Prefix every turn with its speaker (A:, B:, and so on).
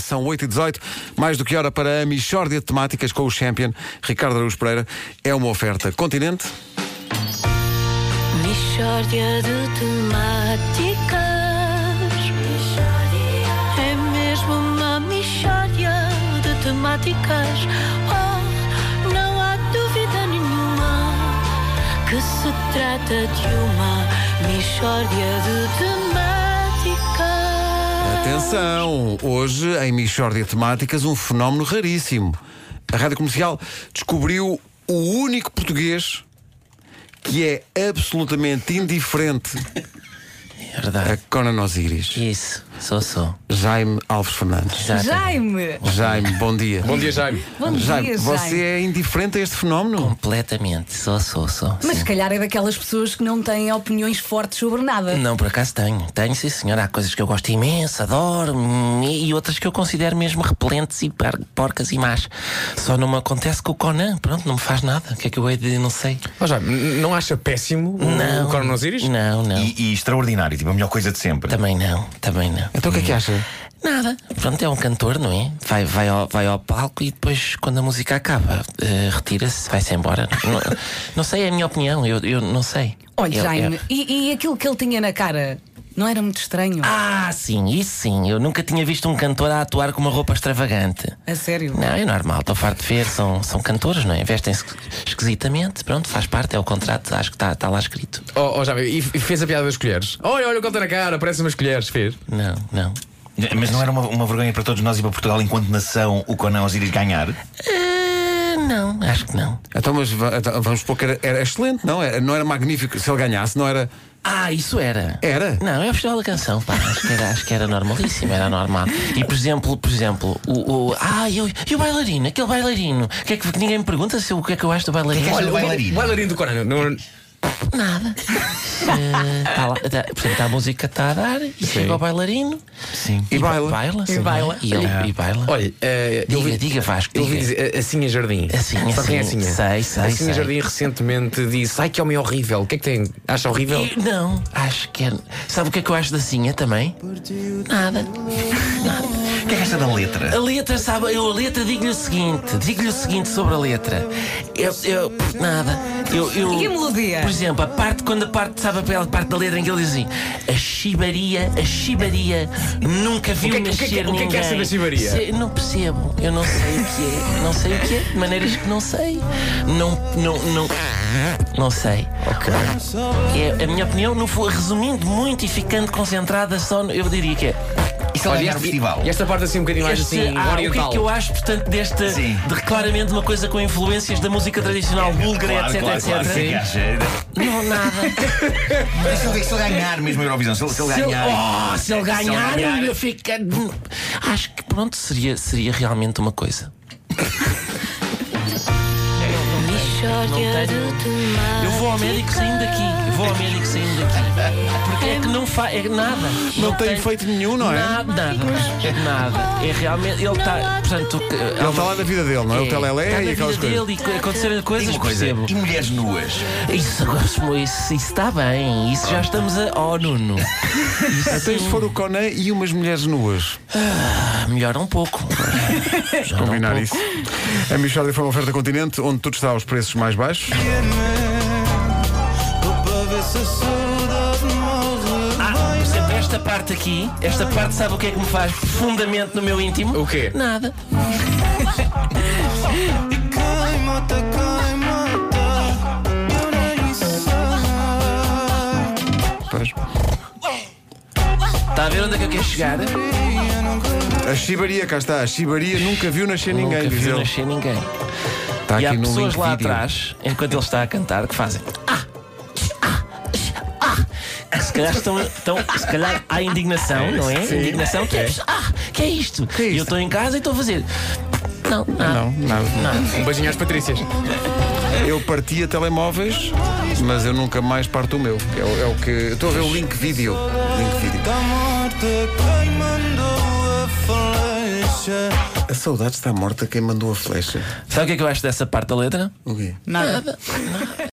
A: São 8 e 18 mais do que hora para a Michórdia de Temáticas com o Champion, Ricardo Araújo Pereira. É uma oferta continente.
B: Mishória de temáticas É mesmo uma mishória de temáticas Oh, não há dúvida nenhuma Que se trata de uma mishória de temáticas
A: Atenção! Hoje, em Michórdia de Temáticas, um fenómeno raríssimo. A Rádio Comercial descobriu o único português que é absolutamente indiferente
C: É verdade.
A: a Conan Osiris.
C: Isso, sou, sou.
A: Jaime Alves Fernandes.
C: Exato.
D: Jaime!
A: Jaime, bom dia.
E: Bom dia, Jaime.
D: Bom dia, Jaime.
A: você é indiferente a este fenómeno?
C: Completamente, sou, sou, sou.
D: Mas se
C: sim.
D: calhar é daquelas pessoas que não têm opiniões fortes sobre nada.
C: Não, por acaso tenho. Tenho, sim, senhora. Há coisas que eu gosto imenso, adoro, hum, e e outras que eu considero mesmo repelentes e par- porcas e más. Só não me acontece com o Conan. Pronto, não me faz nada. O que é que eu hei de. Não sei.
E: Ó, Jaime, n- não acha péssimo o-
C: Não.
E: o Coronel Osiris?
C: Não, não.
F: E, e extraordinário, tipo, a melhor coisa de sempre.
C: É. Também não, também não.
A: Então o que é que acha?
C: Nada. Pronto, é um cantor, não é? Vai, vai, ao, vai ao palco e depois, quando a música acaba, eh, retira-se, vai-se embora. não, não sei, é a minha opinião, eu, eu não sei.
D: Olha,
C: Eu-
D: Jaime,
C: eu-
D: E, e aquilo que ele tinha na cara não era muito estranho?
C: Ah, sim, isso sim. Eu nunca tinha visto um cantor a atuar com uma roupa extravagante.
D: A sério?
C: Não, é normal, estou farto de ver, são, são cantores, não é? Vestem-se esquisitamente, pronto, faz parte, é o contrato, acho que está lá escrito.
E: Ó, ó, Jaime, e e fez a piada das colheres. Olha, olha o que ele tem na cara, parece umas colheres, fez.
C: Não, não.
F: Mas não era uma, uma vergonha para todos nós e para Portugal, enquanto nação, o Conan Osiris ganhar?
C: É Eh, não, acho que não.
A: Então, mas va- então, vamos supor que era, era excelente, não? Era, não era magnífico se ele ganhasse, não era.
C: Ah, isso era.
A: Era?
C: Não, é o festival da canção, pá. Acho que era, acho que era normalíssimo, era normal. E por exemplo, por exemplo, o. o- ah, e o, e o bailarino, aquele bailarino. Que é que, que ninguém me pergunta se, o que é que eu acho do bailarino?
F: Olha, o
E: O
F: bailarino.
E: bailarino do Coronel. não-
C: Nada. Eh, tá lá, tá- portanto, a música está a dar e chega ao bailarino.
F: Sim.
A: E baila.
C: baila. sim,
D: baila.
C: é? E, ele, e baila.
E: Olha, eh,
C: diga,
E: eu vi-
C: diga, Vasco.
E: Eu ouvi
C: diga.
E: dizer, eh, assim a Jardim.
C: Assim,
E: Sabe quem é
C: assim,
E: assim?
C: sei, sei,
E: Assim
C: sei.
E: a Jardim recentemente disse: Ai que homem horrível, o que é que tem? Acha horrível?
C: E- não, acho que é. Sabe o que é que eu acho da Sinha também? Nada.
F: O que é que acha da letra?
C: A letra, sabe? Eu a letra digo-lhe o seguinte: digo-lhe o seguinte sobre a letra. Eu. eu pff, nada. Eu, eu,
D: E a melodia?
C: Por exemplo, a parte, quando a parte, sabe aquela parte da letra em que ele diz assim: a chibaria, a chibaria nunca viu
E: O que é que- o que é que-
C: nascer
E: o que é que é essa
C: ninguém."
E: da chibaria?
C: Se- não percebo. Eu não sei o que é. Não sei o que é, de maneiras que não sei. Não. Não. Não, não sei. Ok. É, a minha opinião, não foi resumindo muito e ficando concentrada só, no- eu diria que é.
E: Isso
F: Olha, este-
E: E esta parte assim um bocadinho mais
C: Este-
E: assim,
C: ah, o que é
E: oriental.
C: que eu acho, portanto, deste.
F: Sim.
C: De, claramente uma coisa com influências da música tradicional búlgara,
F: Claro,
C: etc,
F: claro,
C: etc.
F: claro. O que é que acha?
C: Não, nada.
F: Mas se ele, se ele ganhar mesmo a Eurovisão, se ele, se ele
C: Se ele,
F: ganhar.
C: oh, se ele ganhar,
F: ganhar-
C: eu fico. Acho que pronto, seria, seria realmente uma coisa.
B: Mishória de temáticas
C: Eu vou ao médico saindo daqui. Eu vou ao médico saindo daqui. Porque é que não faz. É nada.
A: Não tem
C: tenho-
A: efeito nenhum, não é?
C: Nada, nada. nada. É realmente. Ele está. Portanto, que-
A: Ele está lá na vida dele, não é? O telelé
C: está na
A: e
C: vida
A: aquelas coisas.
C: dele e acontecerem
F: Diga
C: coisas,
F: uma coisa,
C: percebo.
F: e mulheres nuas?
C: Isso, isso, isso está bem, isso já estamos a. Oh, Nuno.
A: Até se for o Conan Então, e umas mulheres nuas.
C: Ah, melhora um pouco. Melhora um
A: Combinar
C: pouco.
A: isso. A Michórdia foi uma oferta continente onde tudo está aos preços mais baixos.
C: Ah, por exemplo, esta parte aqui, esta parte sabe o que é que me faz profundamente no meu íntimo?
E: O quê?
C: Nada.
A: Pois.
C: Está a ver onde é que eu quero chegar?
A: A chibaria, cá está. A chibaria nunca viu nascer ninguém,
C: Nunca
A: diz
C: vi
A: ele.
C: nascer ninguém.
A: Está
C: e há
A: aqui no
C: pessoas
A: link
C: lá
A: vídeo.
C: atrás, enquanto ele está a cantar, que fazem. Ah! Ah! ah", que Se calhar, estão, estão, se calhar há indignação, não é? Indignação que é. Ah, que é
A: é
C: isto? E
A: isto?
C: eu estou em casa e estou a fazer. Não, nada.
A: Não, nada.
E: Um beijinho às Patrícias.
A: Eu partia telemóveis, mas eu nunca mais parto o meu. É, o- é o que. eu Estou a ver o link vídeo. Link vídeo. A saudade está morta quem mandou a flecha.
C: Sabe o que é que eu acho dessa parte da letra?
A: O quê?
D: Nada.